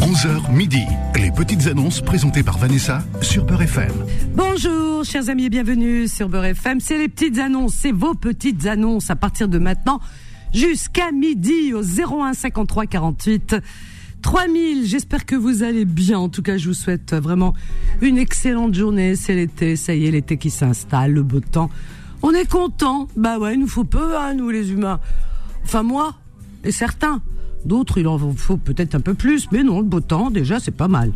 11h midi. Les petites annonces présentées par Vanessa sur Beurre FM. Bonjour, chers amis, et bienvenue sur Beurre FM. C'est les petites annonces, c'est vos petites annonces à partir de maintenant jusqu'à midi au 01 53 48 3000. J'espère que vous allez bien. En tout cas, je vous souhaite vraiment une excellente journée. C'est l'été, ça y est, l'été qui s'installe, le beau temps. On est content. Bah ouais, il nous faut peu, hein, nous les humains. Enfin, moi et certains. D'autres, il en faut peut-être un peu plus, mais non, le beau temps, déjà, c'est pas mal.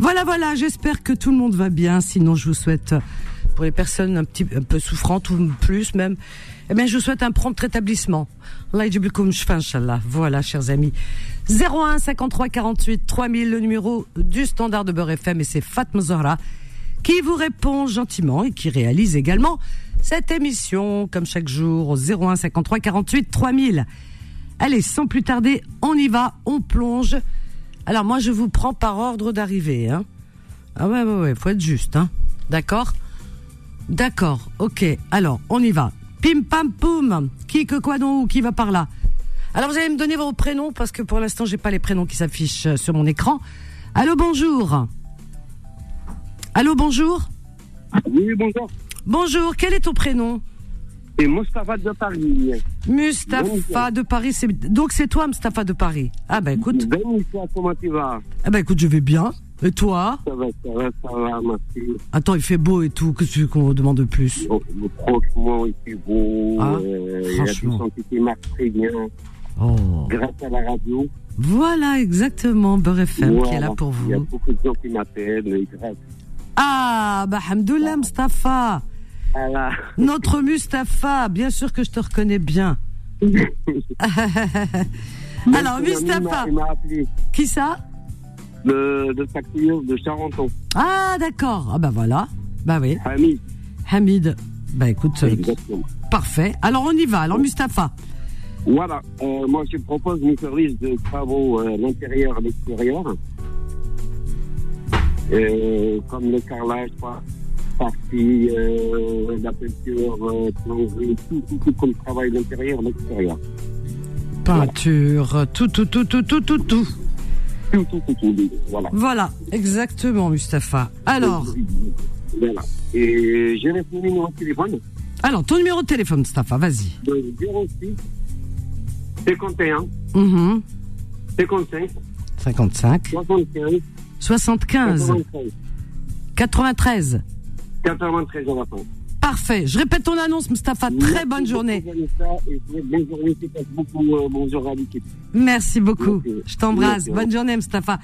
Voilà, voilà, j'espère que tout le monde va bien. Sinon, je vous souhaite, pour les personnes un, petit, un peu souffrantes ou plus même, eh bien, je vous souhaite un prompt rétablissement. Allah yajibulkum shfa, Inch'Allah. Voilà, chers amis. 01 53 48 3000, le numéro du standard de Beurre FM, et c'est Fatma Zahra qui vous répond gentiment et qui réalise également cette émission, comme chaque jour, au 01 53 48 3000. Allez, sans plus tarder, on y va, on plonge. Alors moi, je vous prends par ordre d'arrivée. Hein. Ah ouais, ouais, ouais, faut être juste. Hein. D'accord D'accord, ok. Alors, on y va. Pim pam poum. Qui que quoi donc ou qui va par là Alors, vous allez me donner vos prénoms parce que pour l'instant, j'ai pas les prénoms qui s'affichent euh, sur mon écran. Allô, bonjour. Allô, bonjour. Oui, bonjour. Bonjour, quel est ton prénom C'est Mostafa de Paris. Mustapha Bonjour. de Paris. c'est- Donc, c'est toi, Mustapha de Paris. Ah ben écoute, Ben, toi, comment tu vas ah ben écoute, je vais bien. Et toi Ça va, ça va, ça va, merci. Attends, il fait beau et tout. Qu'est-ce qu'on vous demande de plus Oh, Franchement, il fait beau. Ah, euh, Il y a franchement. des gens qui se marquent très bien Oh. grâce à la radio. Voilà exactement Beurre FM qui est là Voilà. pour Il y a vous. beaucoup de gens qui m'appellent. et grâce Ah, bah Hamdoullah Mustapha, à la... notre Mustapha, bien sûr que je te reconnais bien. Alors Mon ami Mustapha, m'a- Il m'a appelé qui ça de, de Saclure, de Charenton. Ah d'accord, ah bah voilà, bah oui, Famille. Hamid. Bah écoute, euh, Exactement. parfait. Alors on y va, alors Mustapha. Voilà. Euh, moi, je propose mes services de travaux euh, l'intérieur et l'extérieur. Euh, comme le carrelage, par- partie, euh, la peinture, euh, plongerie, tout, tout, tout comme travail l'intérieur et l'extérieur. Peinture, tout, tout, tout, tout, tout, tout, tout. Tout, tout, tout, tout. Voilà. Voilà, exactement Mustapha. Alors, Voilà. Et j'ai laissé le numéro de téléphone alors ton numéro de téléphone Mustapha, vas-y. de 06 51 Mhm. 55 55, 75 75. 93 93. 93 en vacances. Parfait. Je répète ton annonce, Mustapha. Ah, Très Merci bonne beaucoup, journée. Vanessa, et très bonne journée, c'est pas beaucoup, euh, bonjour à l'équipe. Merci beaucoup. Merci. Je t'embrasse. Merci. Bonne journée, Mustapha.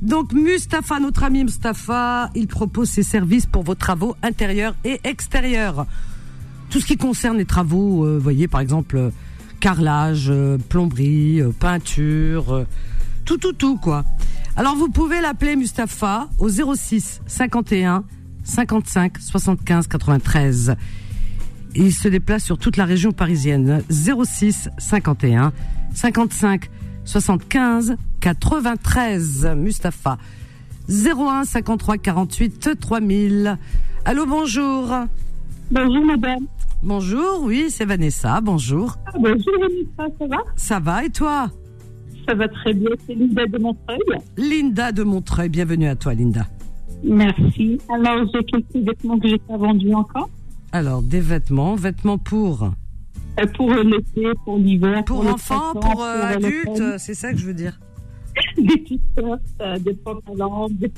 Donc, Mustapha, notre ami Mustapha, il propose ses services pour vos travaux intérieurs et extérieurs. Tout ce qui concerne les travaux, euh, voyez, par exemple, euh, carrelage, euh, plomberie, euh, peinture, euh, tout, tout, tout, quoi. Alors, vous pouvez l'appeler Mustapha au 06 51 55 75 93. Il se déplace sur toute la région parisienne. 06 51 55 75 93. Mustapha. 01 53 48 3000. Allô, bonjour. Bonjour madame. Bonjour, oui, c'est Vanessa. Bonjour. Ah, Bonjour Vanessa, ça va Ça va et toi Ça va très bien, c'est Linda de Montreuil. Linda de Montreuil. Bienvenue à toi, Linda. Merci. Alors j'ai quelques vêtements que j'ai pas vendus encore. Alors, des vêtements, vêtements pour Euh, pour l'été, pour l'hiver. pour le enfants, printemps, pour euh, la adultes, l'automne. euh, c'est ça que je veux dire. Des t-shirts, euh, des pantalons. Des...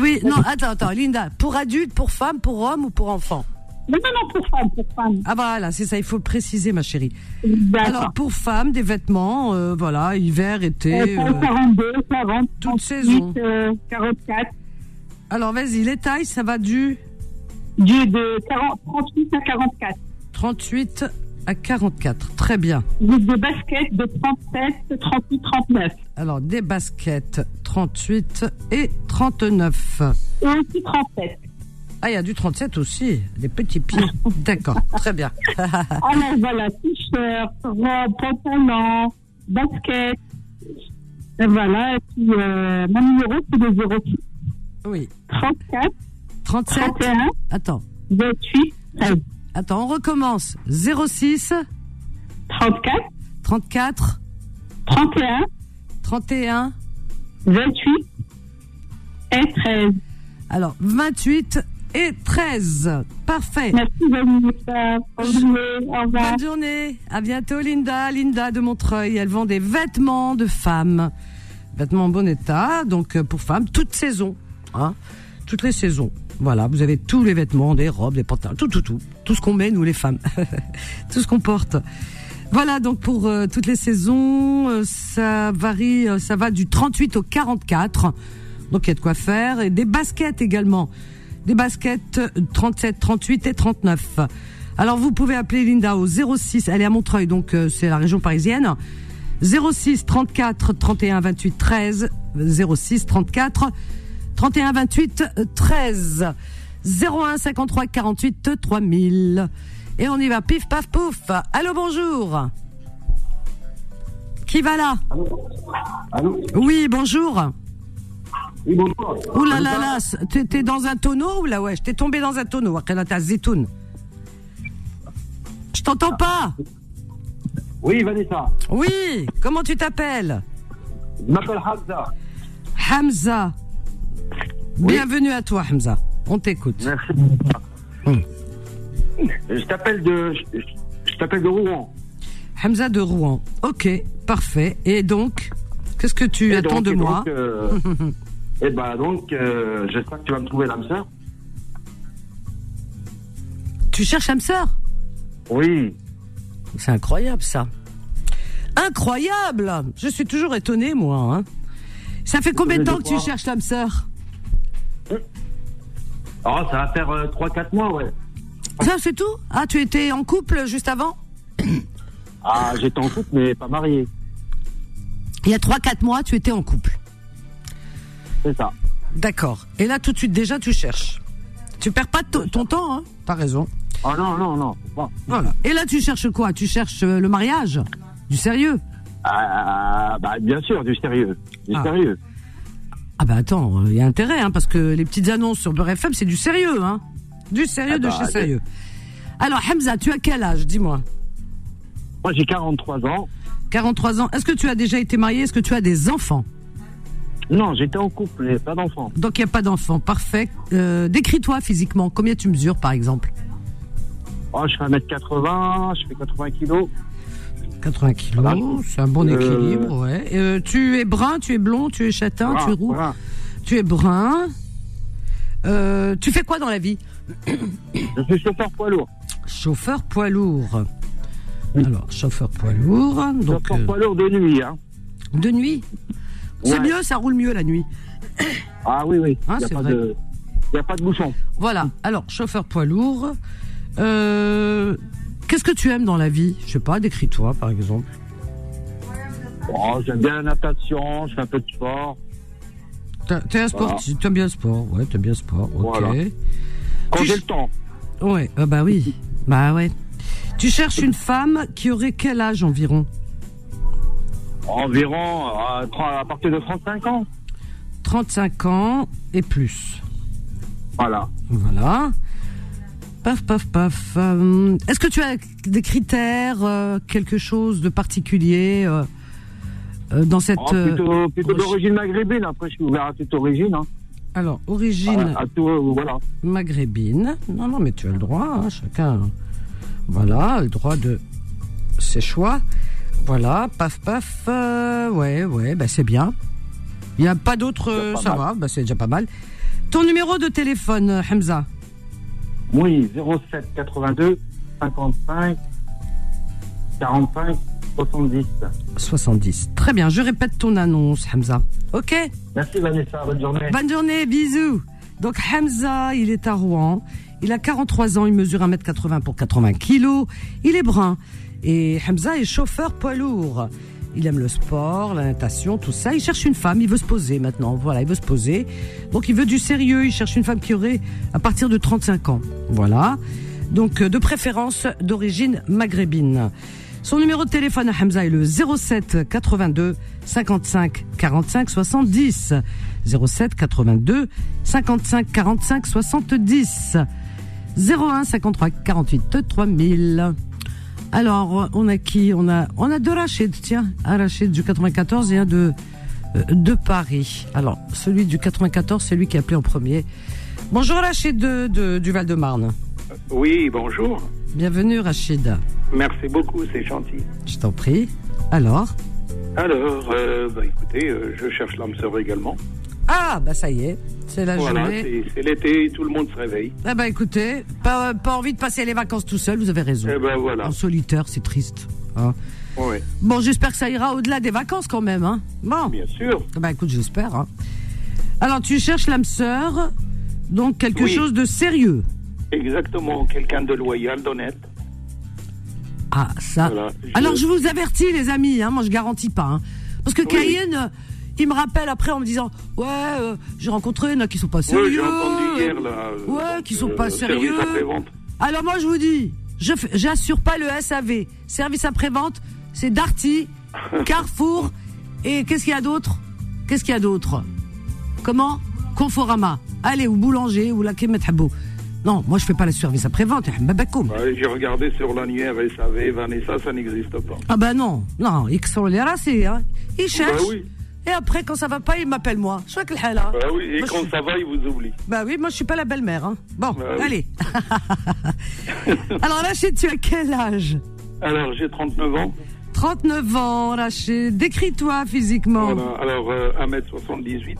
Oui, non, attends, attends, Linda, pour adultes, pour femmes, pour hommes ou pour enfants Non, non, non, pour femmes, pour femmes. Ah voilà, c'est ça, il faut le préciser, ma chérie. Alors D'accord. pour femmes, des vêtements, euh, voilà, hiver, été. Euh, euh. 42, 40, Toute 38, saison. euh, 44, Alors vas-y, les tailles, ça va du du, de 40, 38 à 44. 38 à 44. Très bien. J'ai des baskets de 37, 38, 39. Alors des baskets 38 et 39. Et aussi 37. Ah, il y a du 37 aussi, des petits pieds. D'accord, très bien. Alors voilà, t-shirt, robe, pantalon, basket. Et voilà, et puis euh, mon numéro c'est le 06 Oui. 34 37, 31 attends, 28 13. attends, on recommence. 06, 34 34, 31 31, 28 et 13. Alors, 28 et 13. Parfait. Merci, Vanessa. Bonne journée. Au revoir. Bonne journée. À bientôt, Linda. Linda de Montreuil. Elle vend des vêtements de femmes. Vêtements en bon état, donc euh, pour femmes, toutes saisons. Hein, toutes les saisons. Voilà, vous avez tous les vêtements, des robes, des pantalons, tout, tout, tout. Tout ce qu'on met, nous, les femmes. tout ce qu'on porte. Voilà, donc pour euh, toutes les saisons, euh, ça varie, euh, ça va du 38 au 44. Donc il y a de quoi faire. Et des baskets également. Des baskets euh, 37, 38 et 39. Alors vous pouvez appeler Linda au 06, elle est à Montreuil, donc euh, c'est la région parisienne. 06 34 31 28 13. 06 34 31 28 13. 01 53 48 3000. Et on y va, pif paf pouf. Allô, bonjour. Qui va là Allô Oui, bonjour. Oui, bonjour. Ouh là là là, c- t'es- t'es dans un tonneau ou là ouais, t'es tombé dans un tonneau après la tasse zitoun. Je t'entends Ah. pas. Oui, Vanessa. Oui, comment tu t'appelles Je m'appelle Hamza. Hamza. Bienvenue à toi Hamza. On t'écoute. Merci. Je t'appelle de, je, je- je t'appelle de Rouen. Hamza de Rouen. OK, parfait. Et donc, qu'est-ce que tu Et attends donc- de et moi donc, euh, Et bah donc, euh, j'espère que tu vas me trouver l'âme sœur. Tu cherches âme sœur Oui. C'est incroyable ça. Incroyable Je suis toujours étonnée moi. hein. Ça fait combien de temps Étonnée de que tu quoi cherches l'âme sœur Oh, ça va faire 3-4 mois, ouais. Ça c'est tout Ah, tu étais en couple juste avant Ah, j'étais en couple, mais pas marié. Il y a 3-4 mois, tu étais en couple. C'est ça. D'accord. Et là, tout de suite, déjà, tu cherches. Tu perds pas to- ton temps, hein T'as raison. Oh non, non, non. faut pas. Voilà. Et là, tu cherches quoi Tu cherches euh, le mariage Du sérieux Ah, bah, bien sûr, du sérieux. Du Ah. sérieux. Ah bah attends, il y a intérêt, hein, parce que les petites annonces sur Beurre FM, c'est du sérieux, hein Du sérieux Ah de bah, chez allez. sérieux. Alors, Hamza, tu as quel âge Dis-moi. Moi, j'ai 43 ans. 43 ans. Est-ce que tu as déjà été marié Est-ce que tu as des enfants Non, j'étais en couple, mais pas d'enfant. Donc, il n'y a pas d'enfants. Parfait. Euh, Décris-toi physiquement. Combien tu mesures, par exemple Oh, je fais 1m80, je fais 80 kilos. 80 kilos, Voilà. c'est un bon Euh, équilibre, ouais. Euh, tu es brun, tu es blond, tu es châtain, Ah, tu es roux, Voilà. tu es brun. Euh, tu fais quoi dans la vie Je suis chauffeur poids lourd. Chauffeur poids lourd. Alors, chauffeur poids lourd, donc chauffeur euh, poids lourd de nuit, hein. de nuit. C'est Ouais. mieux, ça roule mieux la nuit. Ah oui, oui. Ah, Il c'est n'y a, pas vrai. de- y a pas de bouchon. Voilà, alors, chauffeur poids lourd. Euh, Qu'est-ce que tu aimes dans la vie Je sais pas, décris-toi par exemple. Oh, j'aime bien la natation, je fais un peu de sport. T'as- T'es un Voilà. sportif, t'aimes bien le sport, ouais, t'aimes bien le sport, ok. Voilà. Quand Tu- j'ai le temps. Ouais, euh, bah oui. Bah ouais. Tu cherches une femme qui aurait quel âge environ Environ à, à partir de 35 ans. 35 ans et plus. Voilà. Voilà. Paf, paf, paf. Euh, Est-ce que tu as des critères, euh, quelque chose de particulier euh, euh, dans cette... Oh, euh, plutôt plutôt grosse- d'origine maghrébine. Après, je suis ouvert à toute origine. Hein. alors, origine À, à tout, euh, voilà. maghrébine. Non, non, mais tu as le droit, hein, chacun. Voilà, le droit de ses choix. Voilà, paf, paf. euh, ouais, ouais, bah c'est bien. Il n'y a pas d'autre. C'est euh, pas Ça mal. va, bah c'est déjà pas mal. Ton numéro de téléphone, euh, Hamza Oui, 07 82 55 45 70. 70. Très bien, je répète ton annonce, Hamza. Ok Merci Vanessa, bonne journée. Bonne journée, bisous. Donc Hamza, il est à Rouen. Il a 43 ans, il mesure 1m80 pour 80 kilos. Il est brun. Et Hamza est chauffeur poids lourd. Il aime le sport, la natation, tout ça. Il cherche une femme, il veut se poser maintenant. Voilà, il veut se poser. Donc il veut du sérieux, il cherche une femme qui aurait à partir de 35 ans. Voilà. Donc euh, de préférence d'origine maghrébine. Son numéro de téléphone à Hamza est le 07 82 55 45 70. 07 82 55 45 70. 01 53 48 3000. Alors, on a qui on a, on a deux Rachid, tiens. Un Rachid du 94 et un de euh, de Paris. Alors, celui du 94, c'est lui qui a appelé en premier. Bonjour Rachid de, de- du Val-de-Marne. Oui, bonjour. Bienvenue Rachid. Merci beaucoup, c'est gentil. Je t'en prie. Alors Alors, euh, bah, écoutez, euh, je cherche l'âme sœur également. Ah, bah ça y est, c'est la Voilà, journée. c'est c'est l'été, tout le monde se réveille. Ah bah écoutez, pas, pas envie de passer les vacances tout seul, vous avez raison. Eh ben voilà. En solitaire, c'est triste. hein. Ouais, Bon, j'espère que ça ira au-delà des vacances quand même. Hein. Bon, bien sûr. Ah bah écoute, j'espère. hein. Alors, tu cherches l'âme sœur, donc quelque Oui. chose de sérieux. Exactement, quelqu'un de loyal, d'honnête. Ah, ça. Voilà, je- Alors, je vous avertis, les amis, hein, moi, je garantis pas. hein. Parce que Oui. Cayenne, euh, il me rappelle après en me disant Ouais, euh, j'ai rencontré, il y en a qui sont pas sérieux. Oui, j'ai entendu hier, là. euh, Ouais, qui sont euh, pas au service sérieux. après-vente. Alors, moi, je vous dis, je f- j'assure pas le SAV. Service après-vente, c'est Darty, Carrefour, et qu'est-ce qu'il y a d'autre Qu'est-ce qu'il y a d'autre Comment Conforama. Allez, ou boulanger, ou la Kemet Habou. Non, moi, je fais pas le service après-vente. eh, Mabakoum. Ouais, j'ai regardé sur l'annuaire SAV, Vanessa, ça n'existe pas. Ah bah non, non, ils sont les racés, hein. Ils cherchent. Bah oui. Et après, quand ça va pas, ils m'appellent moi. Je crois que le hal, hein. Bah oui, et Moi, je quand suis- ça va, ils vous oublient. Bah oui, moi je suis pas la belle-mère. Hein. Bon, Bah oui. allez. Alors Rachid, tu as quel âge Alors, j'ai 39 ans. 39 ans, Rachid. Décris-toi physiquement. Voilà, alors, euh, 1m78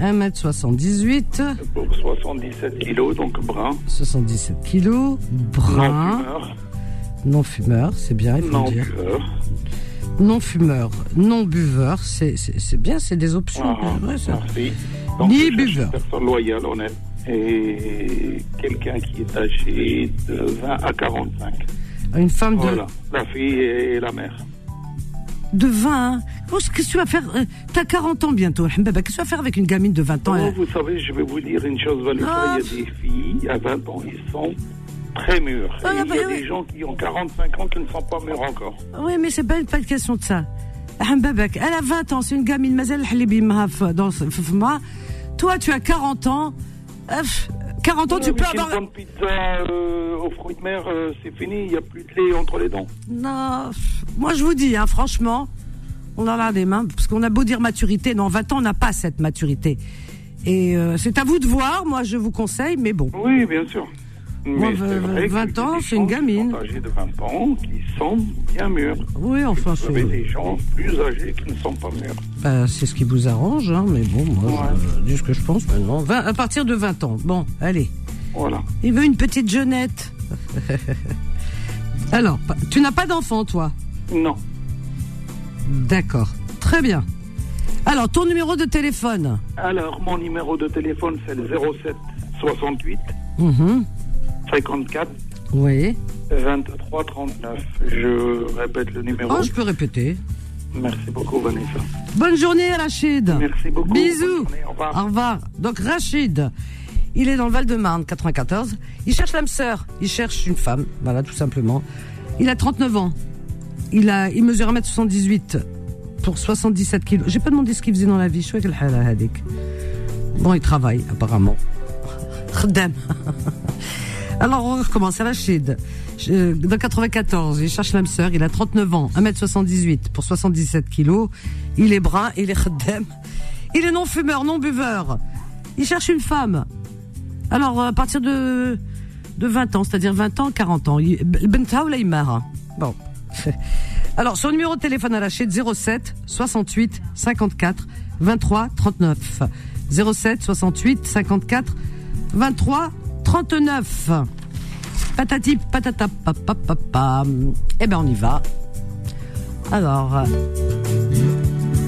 1m78, pour 77 kilos, donc brun. 77 kilos, Non brun, fumeur. non-fumeur, c'est bien, il faut Non le dire. fumeur. Non-fumeur, non-buveur, c'est- c'est c'est bien, c'est des options. Ah, Ouais, ça- merci. Ni je cherche buveur. Une personne loyale, honnête. Et quelqu'un qui est âgé de 20 à 45. Une femme de, Voilà, la fille et la mère. De 20 ans Qu'est-ce que tu vas faire Euh, T'as 40 ans bientôt, Hambaba. Qu'est-ce que tu vas faire avec une gamine de 20 ans Oh, elle vous savez, je vais vous dire une chose, Vanessa. Ah. Il y a des filles à 20 ans, ils sont très mûrs. Ah, Et il y bah, a oui. des gens qui ont 45 ans qui ne sont pas mûrs encore. euh? Oui, mais c'est pas, pas une question de ça. Hambaba, elle a 20 ans, c'est une gamine. Mazel Halibi Mahaf dans ce- f- f- ma. Toi, tu as 40 ans. Euh, pff, 40 ans, tu Avec peux avoir. Une bonne pizza euh, aux fruits de mer, euh, c'est fini, il n'y a plus de lait entre les dents. Non, pff, moi je vous dis, hein, franchement, on en a des mains, parce qu'on a beau dire maturité, non, 20 ans, on n'a pas cette maturité. Et euh, c'est à vous de voir, moi je vous conseille, mais bon. Oui, bien sûr. Moi, Mais v- c'est vrai que 20 ans, des c'est une gens qui gamine. sont âgés de 20 ans, qui sont bien mûrs. Oui, enfin, Vous avez c'est. des gens plus âgés qui ne sont pas mûrs. Bah, c'est ce qui vous arrange, hein, mais bon, moi, je dis ce que je pense maintenant. 20 à partir de 20 ans. Bon, allez. Voilà. Il veut une petite jeunette. Alors, pa- tu n'as pas d'enfant, toi Non. D'accord. Très bien. Alors, ton numéro de téléphone Alors, mon numéro de téléphone, c'est le 07 68 Mhm. 54 Oui. 23 39. Je répète le numéro. Oh, je peux répéter. Merci beaucoup, Vanessa. Bonne journée, Rachid. Merci beaucoup. Bisous. Bonne journée, au revoir. Au revoir. Donc, Rachid, il est dans le Val-de-Marne, 94. Il cherche l'âme sœur. Il cherche une femme. Voilà, tout simplement. Il a 39 ans. Il, a, il mesure 1m78 pour 77 kilos. J'ai pas demandé ce qu'il faisait dans la vie. Je suis avec le hala, hadik. Bon, il travaille, apparemment. Khdam. Alors, on recommence. Rachid, je- dans 94, il cherche l'âme sœur. Il a 39 ans, 1m78 pour 77 kilos. Il est brun, il est khdam. Il est non-fumeur, non-buveur. Il cherche une femme. Alors, euh, à partir de, de 20 ans, c'est-à-dire 20 ans, 40 ans. Il- Benta ou Laïmar. Bon. Alors, son numéro de téléphone à lâcher 07 68 54 23 39. 07 68 54 23 39. Patati patata papapapa. Eh ben, on y va. Alors. euh,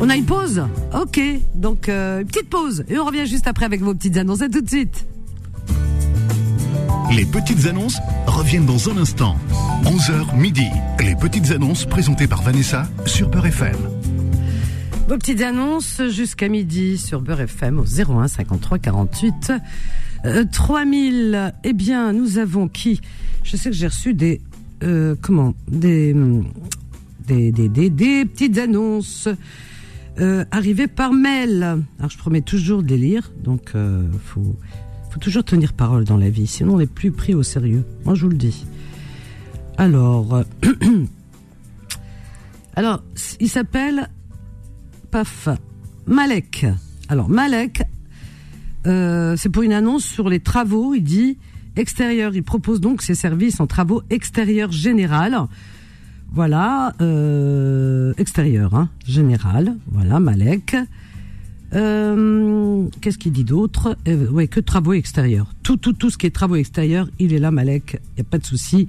on a une pause Ok, donc euh, une petite pause et on revient juste après avec vos petites annonces. À tout de suite Les petites annonces reviennent dans un instant. 11h midi. Les petites annonces présentées par Vanessa sur Peur FM. Vos petites annonces jusqu'à midi sur Beurre FM au 01 53 48 euh, 3000. Eh bien, nous avons qui Je sais que j'ai reçu des... euh, comment des, hum, des, des, des, des petites annonces euh, arrivées par mail. Alors, je promets toujours de les lire, donc euh, faut, faut toujours tenir parole dans la vie, sinon on n'est plus pris au sérieux. Moi, je vous le dis. Alors... euh, Alors, il s'appelle Paf. Malek. Alors, Malek, euh, c'est pour une annonce sur les travaux. Il dit extérieur. Il propose donc ses services en travaux extérieurs général. Voilà, euh, extérieur, hein, général. Voilà, Malek. Euh, Qu'est-ce qu'il dit d'autre euh, Ouais, que travaux extérieurs. Tout, tout, tout ce qui est travaux extérieurs, il est là, Malek. Il n'y a pas de souci.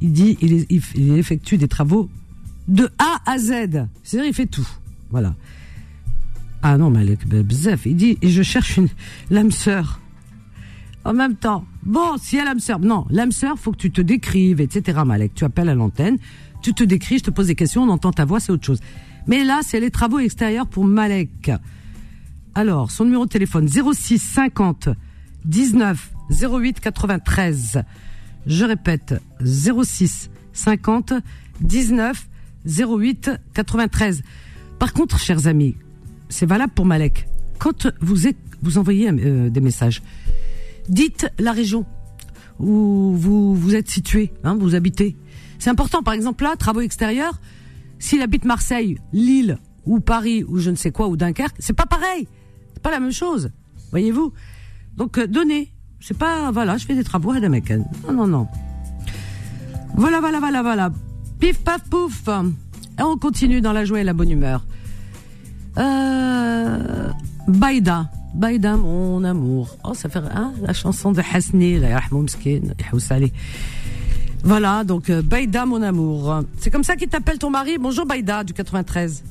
Il dit, il, est- il f- il effectue des travaux de A à Z. C'est-à-dire, il fait tout. Voilà. Ah non, Malek, ben, bzef. Il dit, et je cherche une l'âme sœur. En même temps, bon, s'il y a l'âme sœur, non, l'âme sœur, faut que tu te décrives, etc. Malek, tu appelles à l'antenne, tu te décris, je te pose des questions, on entend ta voix, c'est autre chose. Mais là, c'est les travaux extérieurs pour Malek. Alors, son numéro de téléphone 06 50 19 08 93. Je répète 06 50 19 08 93. Par contre, chers amis, c'est valable pour Malek. Quand vous êtes- vous envoyez euh, des messages, dites la région où vous vous êtes situé, hein, vous habitez. C'est important. Par exemple, là, travaux extérieurs. S'il habite Marseille, Lille ou Paris ou je ne sais quoi ou Dunkerque, c'est pas pareil. C'est pas la même chose. Voyez-vous. Donc euh, donnez. C'est pas voilà, je fais des travaux à la Mecque. Non non non. Voilà voilà voilà voilà. Pif paf pouf. Et on continue dans la joie et la bonne humeur. Euh, Baïda. Baïda, mon amour. Oh, ça fait hein, la chanson de Hasni, la yarhamou mskine, yahouss alayh. Voilà, donc euh, Baïda, mon amour. C'est comme ça qu'il t'appelle ton mari. Bonjour Baïda du 93.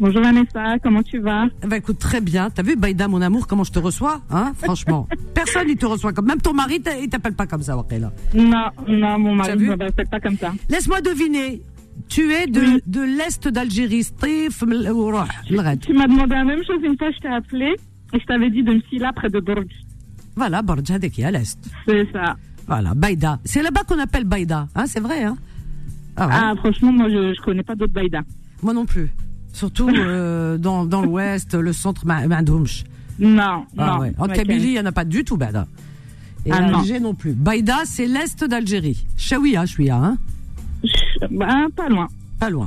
Bonjour Vanessa, comment tu vas Eh ben écoute, très bien. T'as vu Baïda, mon amour, comment je te reçois hein Franchement, personne ne te reçoit comme. Même ton mari, t'a- il t'appelle pas comme ça, Waqila. Non, non, mon T'as mari vu ne me respecte pas comme ça. Laisse-moi deviner. Tu es de, Oui. de l'Est d'Algérie, Stif, Ml- Ouroh, Mlred. Tu m'as demandé la même chose une fois, je t'ai appelé et je t'avais dit de me filer près de Bourg. Voilà, Borja qui est à l'Est. C'est ça. Voilà, Baïda. C'est là-bas qu'on appelle Baïda, hein, c'est vrai. Hein ah ouais. Ah, franchement, moi, je, je connais pas d'autres Baïda. Moi non plus. Surtout euh, dans, dans l'ouest, le centre, Ma- Mandoumch. Non, Ah non. ouais. En Ok. Kabylie, il n'y en a pas du tout, Baïda. Et Ah non. Alger non. plus. Baïda, c'est l'est d'Algérie. Chaouia, Chouia, hein Bah, pas loin. Pas loin.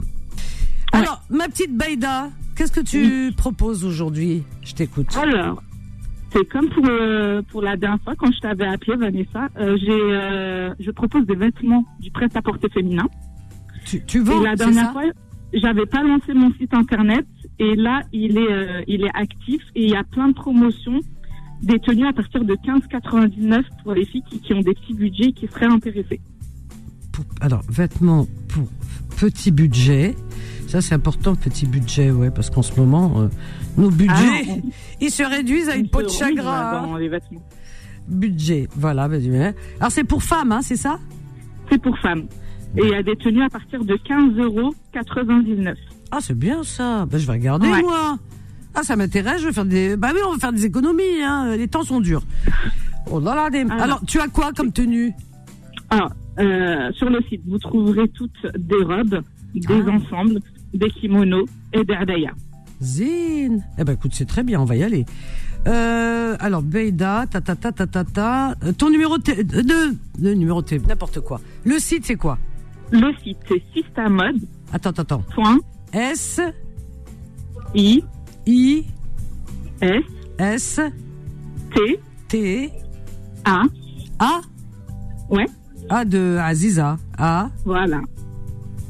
Ouais. Alors, ma petite Baïda, qu'est-ce que tu proposes aujourd'hui Je t'écoute. Alors, c'est comme pour, euh, pour la dernière fois quand je t'avais appelé, Vanessa. euh, j'ai, euh, je propose des vêtements du prêt-à-porter féminin. Tu, tu et vends, la c'est ça dernière fois, j'avais pas lancé mon site internet et là, il est, euh, il est actif et il y a plein de promotions des tenues à partir de 15,99 pour les filles qui, qui ont des petits budgets et qui seraient intéressées. Pour- Alors, vêtements pour petit budget. Ça, c'est important, petit budget, ouais, parce qu'en ce moment, euh, nos budgets, Ah, on- ils se réduisent à une on peau de se chagrin. rouge, hein. là, dans les vêtements. Budget, voilà. vas-y, hein. Alors, c'est pour femmes, hein, c'est ça C'est pour femmes. Et il y a des tenues à partir de 15,99 Ah, c'est bien ça. Ben, je vais regarder, Ouais. moi. Ah, ça m'intéresse, je vais faire des. Bah oui, on va faire des économies, hein. Les temps sont durs. Oh là là, des- Alors. Alors, tu as quoi comme tenue Alors, euh, sur le site, vous trouverez toutes des robes, des Ah. ensembles, des kimonos et des hadayas. Zine Eh ben, écoute, c'est très bien, on va y aller. Euh, alors, Beida, ta ta ta ta ta ta. Euh, Ton numéro de. tél- euh, de- Le numéro de. tél- N'importe quoi. Le site, c'est quoi Le site, c'est sistamode.i. Attends, attends, attends. S-I-S-T. S T A A Ouais. A de Aziza. A. voilà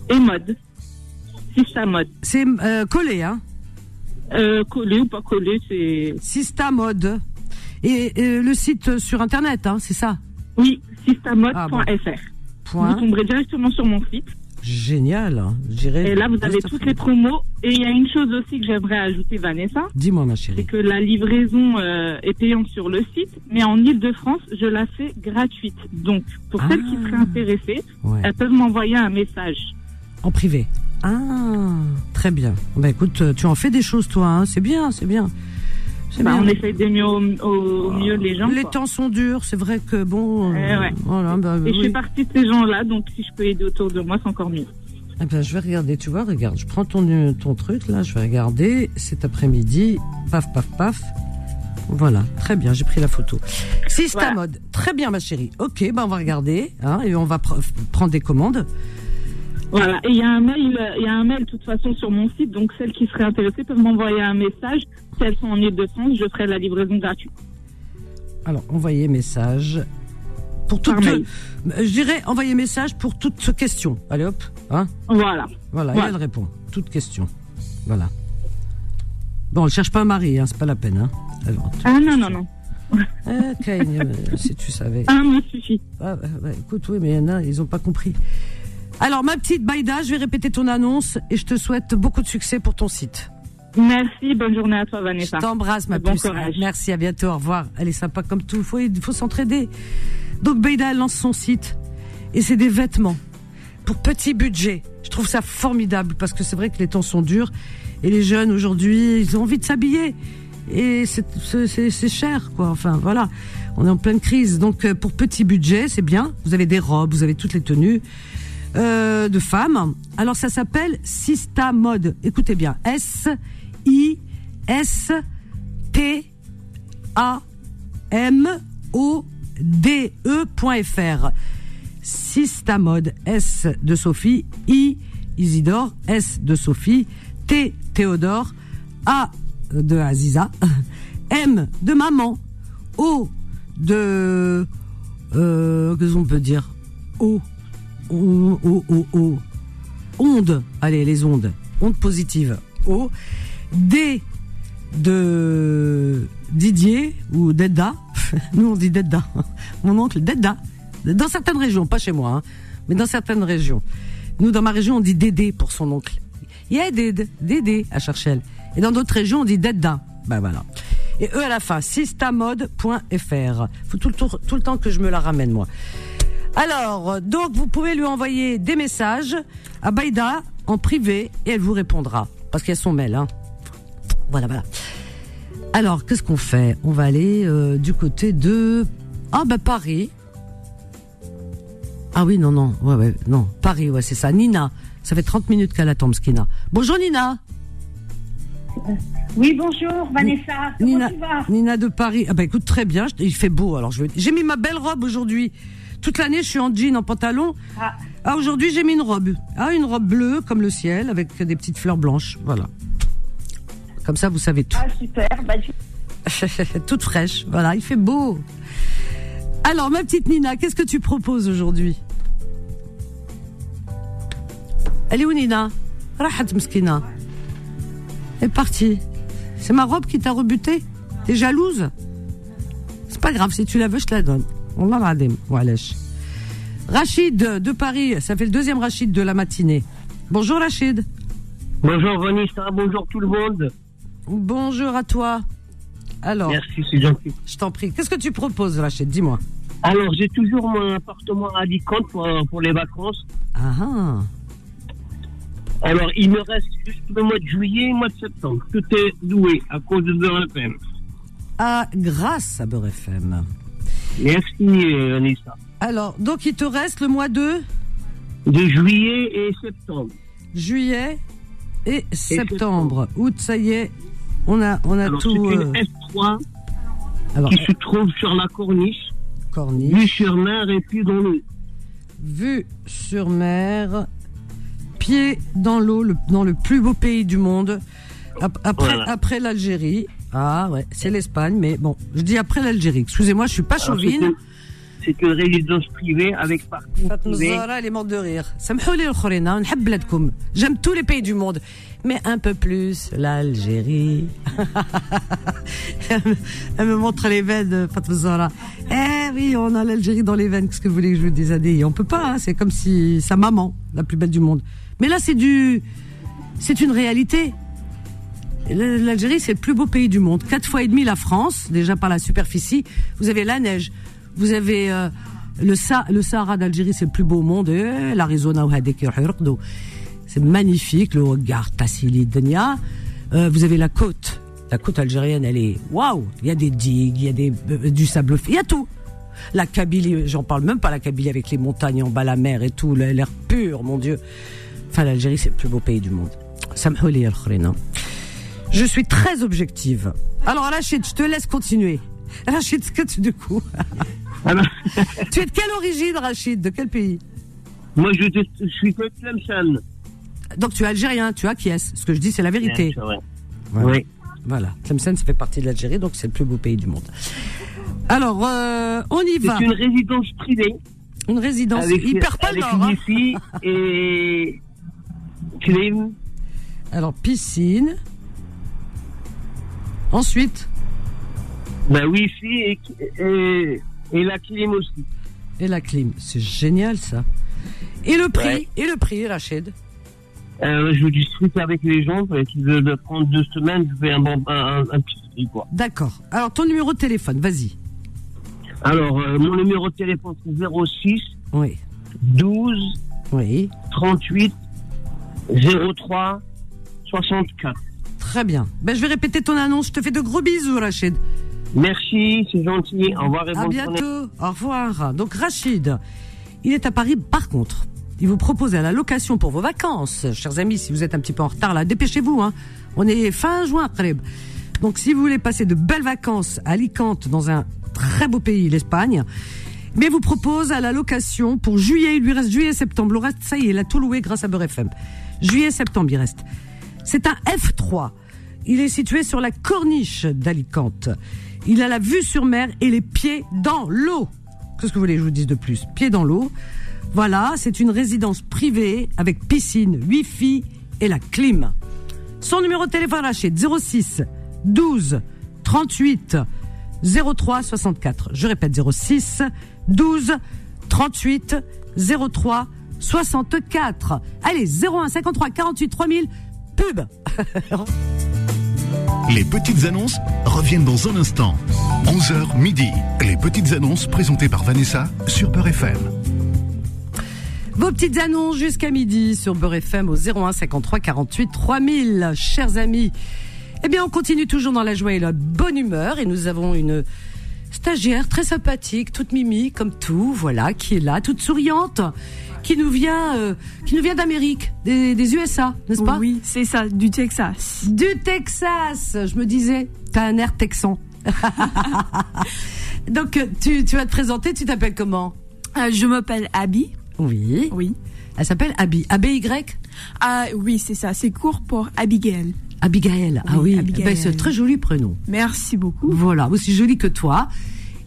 et mode Sista mode C'est euh, collé, hein. euh, collé ou pas collé c'est Sista Mode. Et euh, le site sur internet, hein, c'est ça. oui sistamode.fr Ah bon. vous Point. tomberez directement sur mon site Génial. hein. J'irai. et là vous avez toutes les promos et il y a une chose aussi que j'aimerais ajouter Vanessa Dis-moi, ma c'est chérie. que la livraison euh, est payante sur le site mais en Ile-de-France je la fais gratuite donc pour Ah. celles qui seraient intéressées Ouais. elles peuvent m'envoyer un message En privé. Ah, très bien. Bah écoute, euh, tu en fais des choses, toi. hein. C'est bien, c'est bien. C'est Bah, bien. on essaye d'aimer au, au mieux les gens les quoi. temps sont durs, c'est vrai que bon. Eh ouais. voilà, bah, Et je oui. fais partie de ces gens-là, donc si je peux aider autour de moi, c'est encore mieux. Ah ben, je vais regarder, tu vois, regarde, je prends ton, euh, ton truc là, je vais regarder cet après-midi, paf, paf, paf. Voilà, très bien, j'ai pris la photo. Si c'est ta Voilà. bah, mode, très bien ma chérie. Ok, ben on va regarder hein, et on va pr- prendre des commandes. Voilà, et il y a un mail, euh, il y a un mail de toute façon sur mon site, donc celles qui seraient intéressées peuvent m'envoyer un message. Si elles sont en Ile-de-France, je ferai la livraison gratuite. Alors, envoyez message. Pour toutes, Par mail. euh, je dirais envoyez message pour toutes questions. Allez hop, hein Voilà. Voilà, Ouais. et elle répond. Toutes questions. Voilà. Bon, elle cherche pas un mari, hein, c'est pas la peine. Hein. Alors, Ah non, non, non. ok, euh, si tu savais. Un mot suffit. Ah, bah, bah, écoute, oui, mais il y en a, ils ont pas compris. Alors, ma petite Baïda, je vais répéter ton annonce et je te souhaite beaucoup de succès pour ton site. Merci, bonne journée à toi, Je Vanessa. t'embrasse, ma Bon puce. courage. Merci, à bientôt, au revoir. Elle est sympa comme tout, il faut, il faut s'entraider. Donc, Baïda, elle lance son site et c'est des vêtements pour petit budget. Je trouve ça formidable parce que c'est vrai que les temps sont durs et les jeunes aujourd'hui, ils ont envie de s'habiller et c'est- c'est c'est- c'est cher quoi. Enfin voilà, on est en pleine crise. Donc euh, pour petit budget, c'est bien. Vous avez des robes, vous avez toutes les tenues euh, de femmes. Alors ça s'appelle Sista Mode. Écoutez bien, S I S T A M-O-D-E.fr. Sista Mode, S de Sophie, I Isidore, S de Sophie, T Théodore, A de Aziza, M de maman, O de. Euh, Qu'est-ce qu'on peut dire O. O, O, O, O. Onde, allez, les ondes. Onde positive. O. D de Didier ou Dedda. Nous, on dit Dedda. Mon oncle, Dedda. Dans certaines régions, pas chez moi, hein, mais dans certaines régions. Nous, dans ma région, on dit Dédé pour son oncle. Il y a Dédé, Dédé à Cherchel. Et dans d'autres régions, on dit Dedda. Ben voilà. Et eux à la fin, sistamode.fr. Faut tout le, tour- tout le temps que je me la ramène, moi. Alors, euh, donc vous pouvez lui envoyer des messages à Baïda en privé et elle vous répondra. Parce qu'il y a son mail. Hein. Voilà, voilà. Alors, qu'est-ce qu'on fait On va aller euh, du côté de... Ah bah Paris. Ah oui, non, non. Ouais, ouais, non. Paris, ouais, c'est ça. Nina. Ça fait 30 minutes qu'elle attend, Skina. Bonjour Nina. Euh, Oui, bonjour Vanessa, comment Nina, tu vas Nina de Paris. Ah bah écoute, très bien. Je- Il fait beau, alors je vais... J'ai mis ma belle robe aujourd'hui. Toute l'année, je suis en jean, en pantalon. Ah. Ah, aujourd'hui, j'ai mis une robe. Ah, une robe bleue, comme le ciel, avec des petites fleurs blanches. Voilà. Comme ça, vous savez tout. Ah super, bah, tu- Toute fraîche. Voilà, il fait beau. Alors, ma petite Nina, qu'est-ce que tu proposes aujourd'hui Elle est où, Nina Rahat Mskina. Elle est partie. C'est ma robe qui t'a rebuté T'es jalouse C'est pas grave, si tu la veux, je te la donne. On l'a Rachid de Paris, ça fait le deuxième Rachid de la matinée. Bonjour Rachid. Bonjour Vanessa, bonjour tout le monde. Bonjour à toi. Alors, Merci, c'est gentil. je t'en prie. Qu'est-ce que tu proposes, Rachid Dis-moi. Alors, j'ai toujours mon appartement à Alicante pour, euh, pour les vacances. Ah ah. Alors, il me reste juste le mois de juillet et le mois de septembre. Tout est doué à cause de l'EPM. Ah, grâce à Beurre FM. Merci euh, Vanessa. Alors, donc il te reste le mois de De juillet et septembre. juillet et septembre. Août, ça y est, on a, on a Alors, c'est tout. une euh, ah F3 alors, qui se trouve sur la corniche, Corniche, vue sur mer et puis dans le... vue sur mer, pied dans l'eau, le- dans le plus beau pays du monde, ap- après, Voilà. après l'Algérie. Ah ouais, c'est l'Espagne, mais bon, je dis après l'Algérie. Excusez-moi, je suis pas Alors, C'est chauvine. une- c'est une résidence privée avec parcours فاطمه privé. الزهراء elle est morte de rire سامحوا لي الاخرين ها، نحب بلادكم j'aime tous les pays du monde mais un peu plus l'Algérie elle me- elle me montre les veines Fatima Zahra eh oui on a l'Algérie dans les veines qu'est-ce que vous voulez que je vous dise Adi on peut pas hein, c'est comme si sa maman la plus belle du monde mais là c'est du c'est une réalité L'Algérie, c'est le plus beau pays du monde. Quatre fois et demi la France, déjà par la superficie. Vous avez la neige. Vous avez euh, le, Sa- le Sahara d'Algérie, c'est le plus beau au monde. Et L'Arizona, ou Hadek, ou Hirqdo. c'est magnifique. Le regard Tassili, Denia. Euh, vous avez la côte. La côte algérienne, elle est waouh. Il y a des digues, il y a des, euh, du sable, il y a tout. La Kabylie, j'en parle même pas. La Kabylie avec les montagnes en bas, la mer et tout, l'air pur, mon Dieu. Enfin, l'Algérie, c'est le plus beau pays du monde. Samhouli al je suis très objective. Alors Rachid, je te laisse continuer. Rachid, ce que tu du coup Alors, Tu es de quelle origine, Rachid De quel pays Moi, je, dé- je suis de Tlemcen. Donc tu es algérien, tu acquiesces. Ce que je dis, c'est la vérité. Bien sûr, ouais. Voilà. Oui. Voilà. Tlemcen, ça fait partie de l'Algérie, donc c'est le plus beau pays du monde. Alors, euh, on y va. C'est une résidence privée. Une résidence avec hyper pas le avec nord, hein. une fille et. Clim, Alors, piscine. Ensuite, bah, wifi et, et, et la clim aussi. et la clim. C'est génial, ça. Et le prix, et le prix, Rachid. Euh, je discute avec les gens, pour essayer de, de prendre deux semaines, je fais un, bon, un, un- un petit prix, quoi. D'accord. Alors, ton numéro de téléphone, vas-y. Alors, euh, mon numéro de téléphone, c'est 06 Oui. 12 Oui. 38 03 64. Très bien. Ben, je vais répéter ton annonce. Je te fais de gros bisous, Rachid. Merci, c'est gentil. Au revoir et À bonne journée. bientôt. Au revoir. Donc Rachid, il est à Paris. Par contre, il vous propose à la location pour vos vacances, chers amis. Si vous êtes un petit peu en retard, là, dépêchez-vous. Hein. On est fin juin, Kreb. Donc, si vous voulez passer de belles vacances à Alicante, dans un très beau pays, l'Espagne, mais vous propose à la location pour juillet. Il lui reste juillet, septembre. Le reste, ça y est, il a tout loué grâce à Beurre FM. Juillet, septembre, il reste. C'est un F3. Il est situé sur la corniche d'Alicante. Il a la vue sur mer et les pieds dans l'eau. Qu'est-ce que vous voulez que je vous dise de plus Pieds dans l'eau. Voilà, c'est une résidence privée avec piscine, wifi et la clim. Son numéro de téléphone Rachid 06 12 38 03 64. Je répète 06 12 38 03 64. Allez 01 53 48 3000 pub. Les petites annonces reviennent dans un instant. 11h midi. Les petites annonces présentées par Vanessa sur Peur FM. Vos petites annonces jusqu'à midi sur Beurre FM au 01 53 48 3000. Chers amis, eh bien, on continue toujours dans la joie et la bonne humeur et nous avons une stagiaire très sympathique, toute mimi comme tout, voilà, qui est là, toute souriante, qui nous vient, euh, qui nous vient d'Amérique, des, des USA, n'est-ce pas Oui, c'est ça, du Texas. Du Texas, je me disais, t'as un air texan. Donc, euh, tu, tu vas te présenter, tu t'appelles comment Euh, je m'appelle Abby. Oui. Oui. Elle s'appelle Abby. A-B-Y Ah oui, c'est ça, c'est court pour Abigail. Abigail, ah Oui, oui, Abigail. Ben, c'est un très joli prénom. Merci beaucoup. Voilà, aussi joli que toi.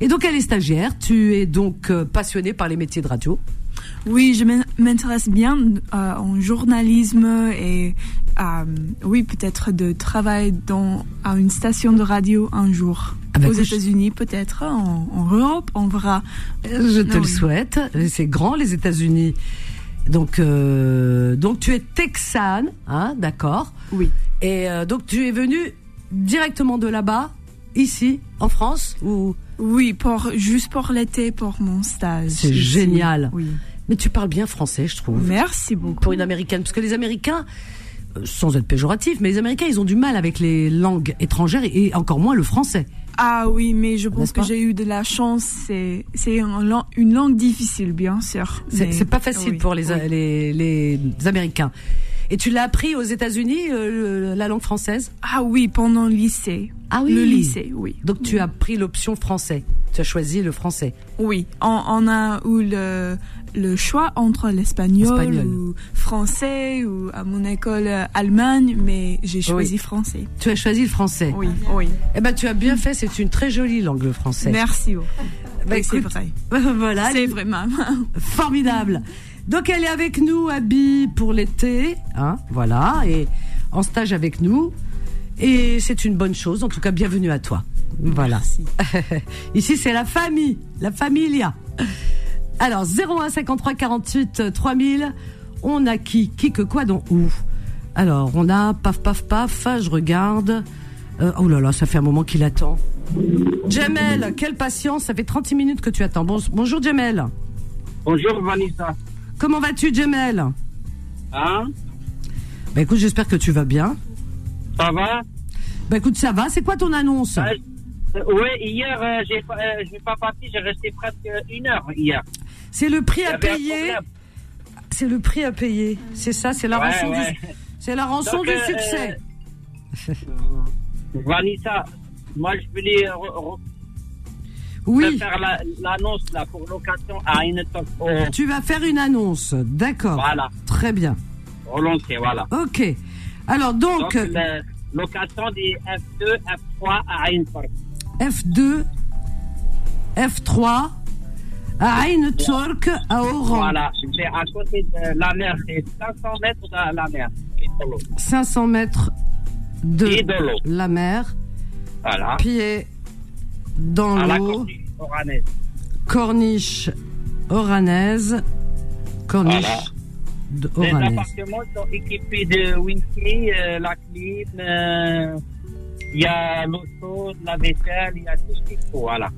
Et donc elle est stagiaire, tu es donc euh, passionnée par les métiers de radio. Oui, je m'in- m'intéresse bien euh, en journalisme et euh, oui, peut-être de travailler dans à une station de radio un jour. Ah bah, Aux écoute, je- États-Unis, peut-être, en, en Europe, on verra. Euh, Je te Ah le oui. souhaite, c'est grand les États-Unis. Donc euh, donc tu es texane, hein, d'accord Oui. Et euh, donc tu es venue directement de là-bas ici en France ou Oui, pour, juste pour l'été, pour mon stage. C'est ici. génial. Oui. mais tu parles bien français, je trouve. Merci beaucoup. pour une américaine parce que les américains euh, sans être péjoratif mais les américains ils ont du mal avec les langues étrangères et et encore moins le français Ah oui, mais je N'est-ce pense que pas j'ai eu de la chance. C'est c'est un lan- une langue difficile, bien sûr. c'est mais- c'est pas facile oui, pour les, oui. les les américains et tu l'as appris aux États-Unis euh, le- la langue française Ah oui, pendant le lycée. Ah oui. Le lycée, oui. donc tu as pris l'option français tu as choisi le français Oui, on, on a eu le, le choix entre l'espagnol Espagnol. ou français ou à mon école euh, Allemagne, mais j'ai choisi français. tu as choisi le français Oui, oui. eh ben tu as bien fait c'est une très jolie langue le français Merci. beaucoup. Bah, Oui, c'est écoute, vrai. voilà C'est vrai, maman. Formidable. Donc elle est avec nous, Abby, pour l'été, hein, voilà, et en stage avec nous. Et c'est une bonne chose. En tout cas, bienvenue à toi. Voilà. Merci. Ici, c'est la famille, la familia. Alors 01 53 48 3000. euh, On a qui, qui que quoi, dans où Alors on a paf paf paf. Je regarde. Euh, oh là là, ça fait un moment qu'il attend. Jamel, quelle patience, ça fait 36 minutes que tu attends. Bon- bonjour Jamel. Bonjour Vanessa. Comment vas-tu, Jamel Hein Bah écoute, j'espère que tu vas bien. Ça va Bah écoute, ça va. C'est quoi ton annonce Euh, Ouais. Oui, hier, euh, j'ai pas- euh, je suis pas parti, j'ai resté presque une heure hier. C'est le prix Il y à avait un payer. problème. C'est le prix à payer. C'est ça. C'est la Ouais, rançon ouais. du. C'est la rançon Donc, du euh, succès. Vanessa, moi je voulais. euh, re- re- Oui. de faire la- l'annonce là pour location à une Euh, top au, Tu vas faire une annonce, d'accord. Voilà. Très bien. au lancé, voilà. Ok. Alors donc, euh, Donc, euh, la location des F2, F3 à une Park. F2, F3, à Eintork, à Oran. Voilà, c'est à côté de la mer, c'est 500 mètres de la mer. Et de l'eau. 500 mètres de Et de l'eau. la mer, Voilà, pieds dans à la l'eau, corniche oranaise. corniche oranaise, corniche Voilà. de- Les oranaise. appartements sont équipés de Winky, euh, la clim, euh, il y a l'eau chaude, la vaisselle, il y a tout ce qu'il faut, voilà.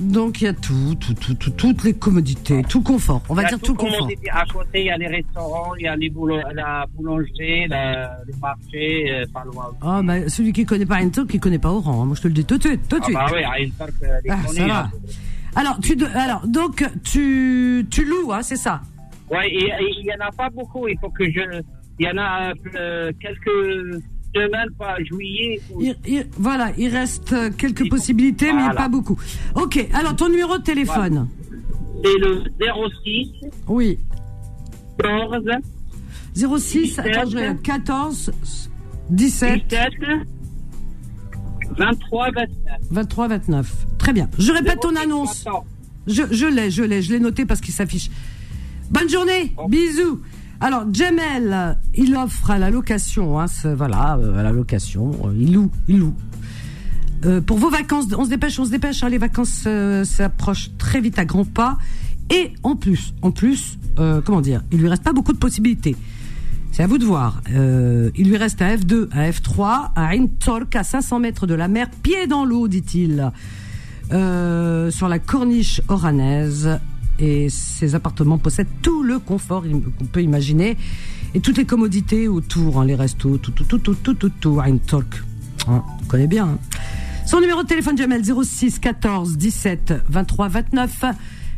Donc il y a tout, tout, tout, tout, toutes les commodités, tout le confort. On Il va y a dire tout le comme on confort. dit, À côté, il y a les restaurants, il y a les boulon- la boulangerie, la- le marché, euh, pas loin. Ah, bah, celui qui connaît pas Eintork, il connaît pas Oran. hein. Moi, je te le dis tout de suite, tout de Ah suite. bah oui, à une sorte euh, les Ah, connus, ça va. hein. Alors, tu de- alors donc tu, tu loues, hein, c'est ça Ouais, et- et il y en a pas beaucoup. Il faut que je. Il y en a euh, quelques semaines, pas juillet. ou- Il- il- Voilà, il reste euh, quelques Il- possibilités, mais voilà. pas beaucoup. Ok, alors ton numéro de téléphone C'est le 06 Oui. 14 06, 17. attends, je regarde, 14, 17, 17 23 29. 23, 29. Très bien. Je répète ton 06, annonce. 14. Je, je l'ai, je l'ai, je l'ai noté parce qu'il s'affiche. Bonne journée, bisous. Alors, Jamel, euh, il offre à la location, hein, ce- voilà, euh, à la location, euh, il loue, il loue. Euh, pour vos vacances, on se dépêche, on se dépêche, hein, les vacances euh, s'approchent très vite à grands pas. Et en plus, en plus, euh, comment dire, il lui reste pas beaucoup de possibilités. C'est à vous de voir. Euh, il lui reste un F2, un F3, un Eintork à 500 mètres de la mer, pied dans l'eau, dit-il, Euh, sur la corniche oranaise. Et ces appartements possèdent tout le confort im- qu'on peut imaginer et toutes les commodités autour, hein, les restos, tout, tout, tout, tout, tout, tout, tout, Eintork. Hein, on connaît bien. hein. Son numéro de téléphone Jamel 06 14 17 23 29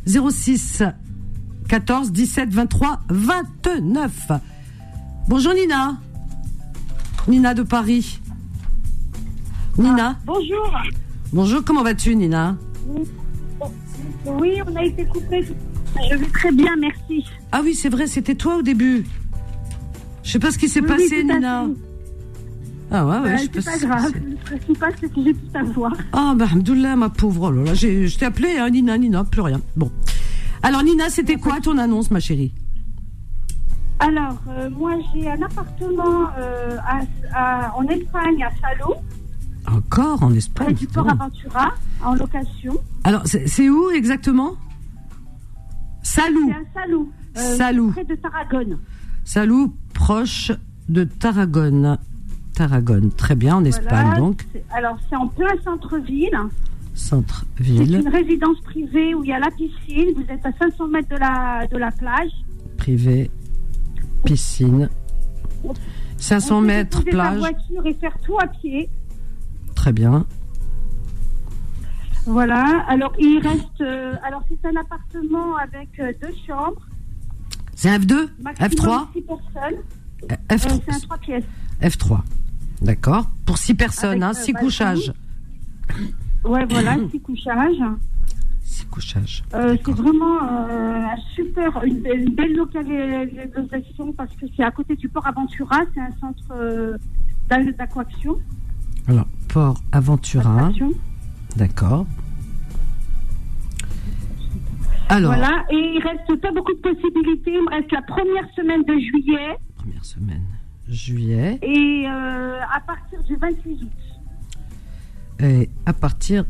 06 14 17 23 29. Bonjour Nina. Nina de Paris. Nina, Bonjour. bonjour, comment vas-tu Nina Oui, on a été coupé. Je vais très bien, merci. Ah oui, c'est vrai, c'était toi au début. Je sais pas ce qui s'est Oui, oui, passé tout à Nina. fait. Ah ouais, ouais, je Euh, sais c'est pas pas ce qui grave. s'est- Le principal, c'est que j'ai tout à voir. Ah bah Hamdoullah, ma pauvre. Oh là là, j'ai- je t'ai appelé hein, Nina, Nina, plus rien. Bon. Alors Nina, c'était quoi ton annonce ma chérie Alors, euh, moi, j'ai un appartement euh, à, à- en Espagne, à Salon, Encore en près Espagne. du Ah, dis Port donc. Aventura, en location. Alors c'est c'est où exactement Salou. C'est à Salou. euh, Salou. Près de Tarragone. Salou, proche de Tarragone. Tarragone, très bien, en Espagne Voilà. donc, C'est- Alors, c'est en plein centre-ville. C'est centre-ville, une résidence privée où il y a la piscine. Vous êtes à 500 mètres de la, de la plage. privé, piscine, 500 On peut mètres, déposer sa plage, voiture et faire tout à pied. très bien. Voilà. Alors, il reste. euh, alors, c'est un appartement avec euh, deux chambres. C'est un F2 F3 Maximum 6 personnes. Euh, Euh, F3 c'est un 3 pièces. F3. D'accord Pour 6 personnes, Avec, hein, euh, 6 balcon. couchages. Ouais, voilà, six couchages. 6 couchages. Euh, c'est D'accord. vraiment euh, un super, une, be- une belle localisation parce que c'est à côté du port Aventura. C'est un centre euh, d'a- d'aquaction. Alors, Port Aventura, d'attraction. d'accord. Alors, Voilà, et il reste pas beaucoup de possibilités. Il me reste la première semaine de juillet première semaine, juillet. et euh, à partir du 28 août. Et euh, à partir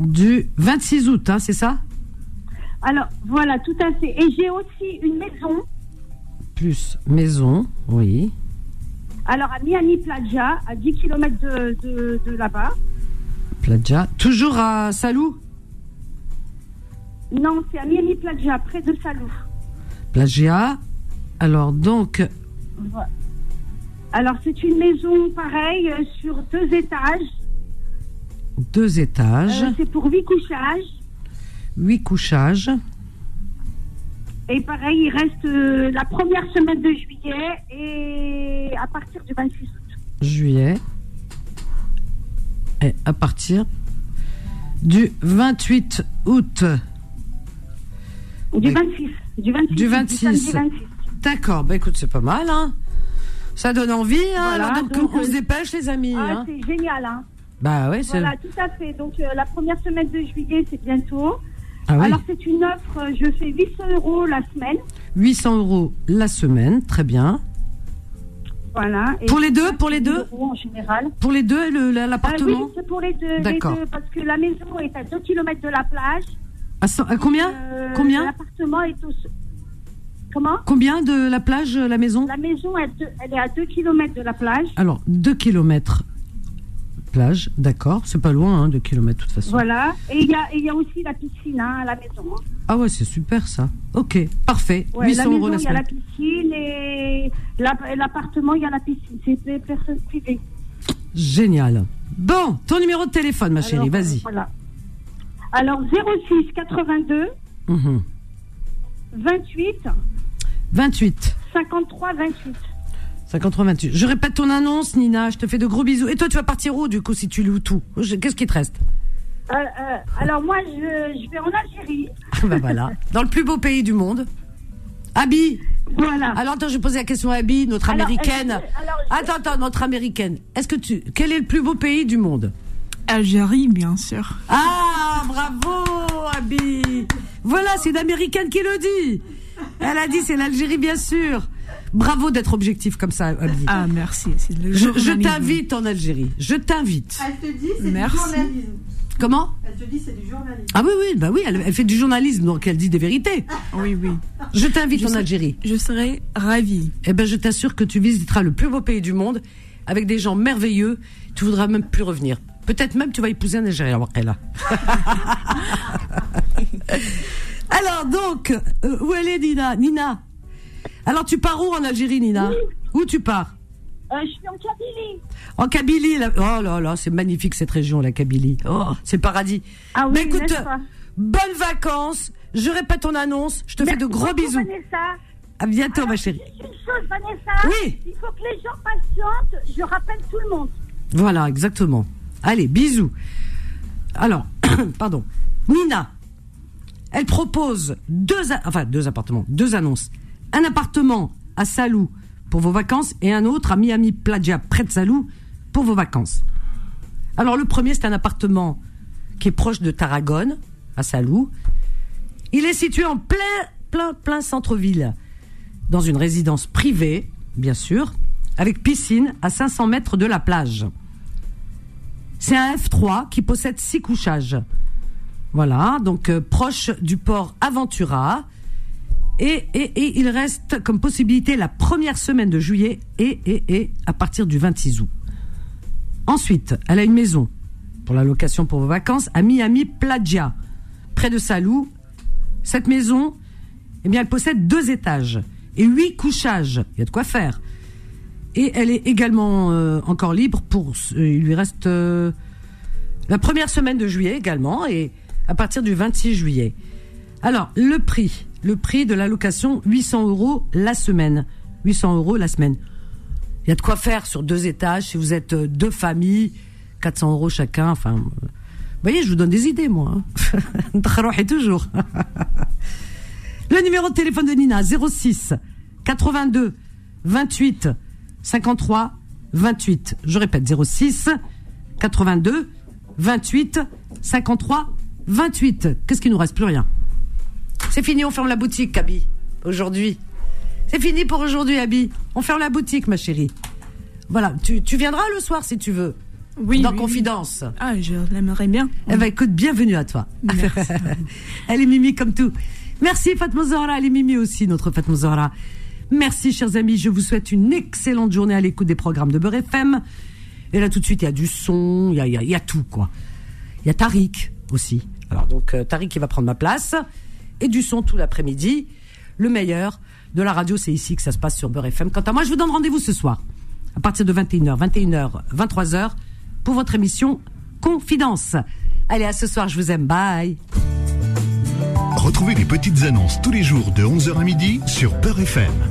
du 26 août, hein, c'est ça Alors voilà, tout à fait. Et j'ai aussi une maison, Plus maison, oui. alors à Miami Plaza, à 10 km de, de- de là-bas. Plaja. Toujours à Salou Non, c'est à Miami Plaza, près de Salou. Plagia. Alors donc, Voilà. Alors c'est une maison pareille euh, sur deux étages. deux étages, Euh, c'est pour huit couchages. huit couchages. Et pareil, il reste euh, la première semaine de juillet et à partir du 26 août. juillet. Et à partir du 28 août. Du 26. Du 26. Du 26. samedi 26. D'accord, bah écoute, c'est pas mal, hein. Ça donne envie, hein. Voilà, Alors, donc, donc, on euh, se dépêche, les amis. Ah, hein. c'est génial, hein. Bah ouais, c'est. Voilà, tout à fait. Donc, euh, la première semaine de juillet, c'est bientôt. Ah oui. Alors, c'est une offre, euh, je fais 800 euros la semaine. 800 euros la semaine, très bien. Voilà. Et Pour les deux, 5 pour les 000 deux euros en général. Pour les deux, le- la- Ah oui, l'appartement c'est pour les deux, les D'accord. deux, parce que la maison est à 2 km de la plage. à, cent- à combien Euh, Combien L'appartement est au... Comment Combien de la plage, euh, la maison La maison, elle, te- elle est à 2 km de la plage. Alors, 2 km plage, d'accord. C'est pas loin, hein, 2 km de toute façon. Voilà. Et il y a, et il y a aussi la piscine hein, à la maison. hein. Ah ouais, c'est super ça. Ok, parfait. Ouais, 800 la maison, euros la il y a semaine. la piscine et la- et l'appartement, il y a la piscine. C'est des personnes privées. Génial. Bon, ton numéro de téléphone, ma Ah, chérie, Alors, vas-y. Voilà. Alors, 06 82 Mhm. 28 28. 53 28. 53 28. Je répète ton annonce, Nina. Je te fais de gros bisous. Et toi, tu vas partir où, du coup, si tu loues tout Je- Qu'est-ce qui te reste Euh, euh, alors, moi, je, je vais en Algérie. Ah bah voilà. Dans le plus beau pays du monde. Abby. Voilà. Alors, attends, je vais poser la question à Abby, notre Ah. Alors, américaine. est-ce que- alors, je- Attends, attends, notre américaine. Est-ce que tu. Quel est le plus beau pays du monde Algérie, bien sûr. Ah, bravo, Abby. Voilà, c'est une américaine qui le dit. Elle a dit, c'est l'Algérie, bien sûr. Bravo d'être objectif comme ça, Abby. Ah, merci. C'est le Je, je journalisme. t'invite en Algérie. Je t'invite. Elle te dit, c'est du Merci. journalisme. Comment Elle te dit, c'est du journalisme. Ah oui, oui, bah oui, elle, elle fait du journalisme, donc elle dit des vérités. Oui, oui. Je t'invite Je en sais- Algérie. Je serais ravie. Eh ben, je t'assure que tu visiteras le plus beau pays du monde avec des gens merveilleux. Tu voudras même plus revenir. Peut-être même tu vas épouser un Algérien, Wakela. Alors donc, euh, où elle est Nina Nina. Alors tu pars où en Algérie, Nina Où tu pars Euh, je suis en Kabylie. En Kabylie. là- Oh là là, c'est magnifique cette région, la Kabylie. Oh, c'est le paradis. Ah oui, Mais écoute, n'est-ce pas bonnes vacances. Je répète ton annonce. Je te fais de Merci gros beaucoup, bisous. Vanessa. À bientôt, ma Alors, chérie. juste Une chose, Vanessa. Oui. Il faut que les gens patientent. Je rappelle tout le monde. Voilà, exactement. Allez, bisous. Alors, pardon. Nina, elle propose deux, a- enfin, deux appartements, deux annonces. Un appartement à Salou pour vos vacances et un autre à Miami Plagia, près de Salou, pour vos vacances. Alors, le premier, c'est un appartement qui est proche de Tarragone, à Salou. Il est situé en plein, plein, plein centre-ville, dans une résidence privée, bien sûr, avec piscine à 500 mètres de la plage. C'est un F3 qui possède six couchages. Voilà, donc euh, proche du port Aventura. Et, et, et il reste comme possibilité la première semaine de juillet et, et, et à partir du 26 août. Ensuite, elle a une maison pour la location pour vos vacances à Miami Plagia, près de Salou. Cette maison, eh bien, elle possède deux étages et huit couchages. Il y a de quoi faire. Et elle est également euh, encore libre pour. euh, il lui reste euh, la première semaine de juillet également et à partir du 26 juillet. Alors, le prix. Le prix de la location, 800 euros la semaine. 800 euros la semaine. Il y a de quoi faire sur deux étages. Si vous êtes euh, deux familles, 400 euros chacun. Enfin, euh, vous voyez, je vous donne des idées, moi. hein. Trarohi toujours. hein. Le numéro de téléphone de Nina, 06 82 28 53 28. Je répète, 06 82 28 53 28. Qu'est-ce qu'il nous reste Plus rien. C'est fini, on ferme la boutique, Abby, aujourd'hui. C'est fini pour aujourd'hui, Abby. On ferme la boutique, ma chérie. Voilà, tu, tu viendras le soir si tu veux, Oui. dans oui, oui. Confidence. Ah, je l'aimerais bien. Eh ben écoute, bienvenue à toi. Merci. Elle est Mimi comme tout. Merci Fatma Zahra, elle est Mimi aussi, notre Fatma Zahra. Merci chers amis, je vous souhaite une excellente journée à l'écoute des programmes de Beurre FM. Et là tout de suite, il y a du son, il y a, il y a- il y a tout quoi. Il y a Tariq aussi. Alors donc euh, Tariq qui va prendre ma place. Et du son tout l'après-midi. Le meilleur de la radio, c'est ici que ça se passe sur Beurre FM. Quant à moi, je vous donne rendez-vous ce soir. À partir de 21h, 21h, 23h, pour votre émission Confidence. Allez, à ce soir, je vous aime. Bye. Retrouvez les petites annonces tous les jours de 11h à midi sur Peur FM.